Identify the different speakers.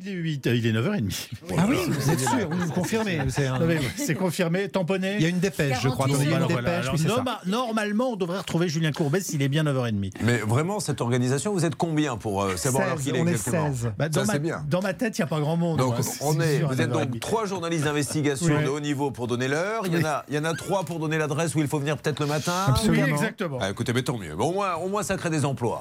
Speaker 1: il est 8, il est 9h30.
Speaker 2: Ah oui, vous êtes sûr, vous me confirmez. vous savez, hein.
Speaker 1: Non, mais C'est confirmé, tamponné.
Speaker 2: Il y a une dépêche, je crois. Il y a une
Speaker 3: 48.
Speaker 1: Alors, voilà.
Speaker 2: dépêche,
Speaker 1: Alors,
Speaker 2: oui, c'est ça.
Speaker 1: norma- Normalement, on devrait retrouver Julien Courbet s'il est bien 9h30.
Speaker 3: Mais vraiment, cette organisation, vous êtes combien pour euh, savoir l'heure
Speaker 2: 16,
Speaker 3: qu'il est
Speaker 2: on est
Speaker 3: exactement
Speaker 2: 16.
Speaker 1: Bah, dans,
Speaker 3: Ça,
Speaker 1: ma,
Speaker 3: c'est bien.
Speaker 1: dans ma tête, il n'y a pas grand monde.
Speaker 3: Donc
Speaker 1: hein, c'est
Speaker 3: on est,
Speaker 1: sûr, à
Speaker 3: vous êtes
Speaker 1: 9h30.
Speaker 3: donc trois journalistes d'investigation
Speaker 1: Oui.
Speaker 3: de haut niveau pour donner l'heure. Il y en a, il y en a trois pour donner l'adresse où il faut venir peut-être le matin.
Speaker 1: Oui,
Speaker 2: Absolument.
Speaker 1: exactement.
Speaker 3: Ah, écoutez, mais tant mieux. Bon, au moins, au moins, ça crée des emplois.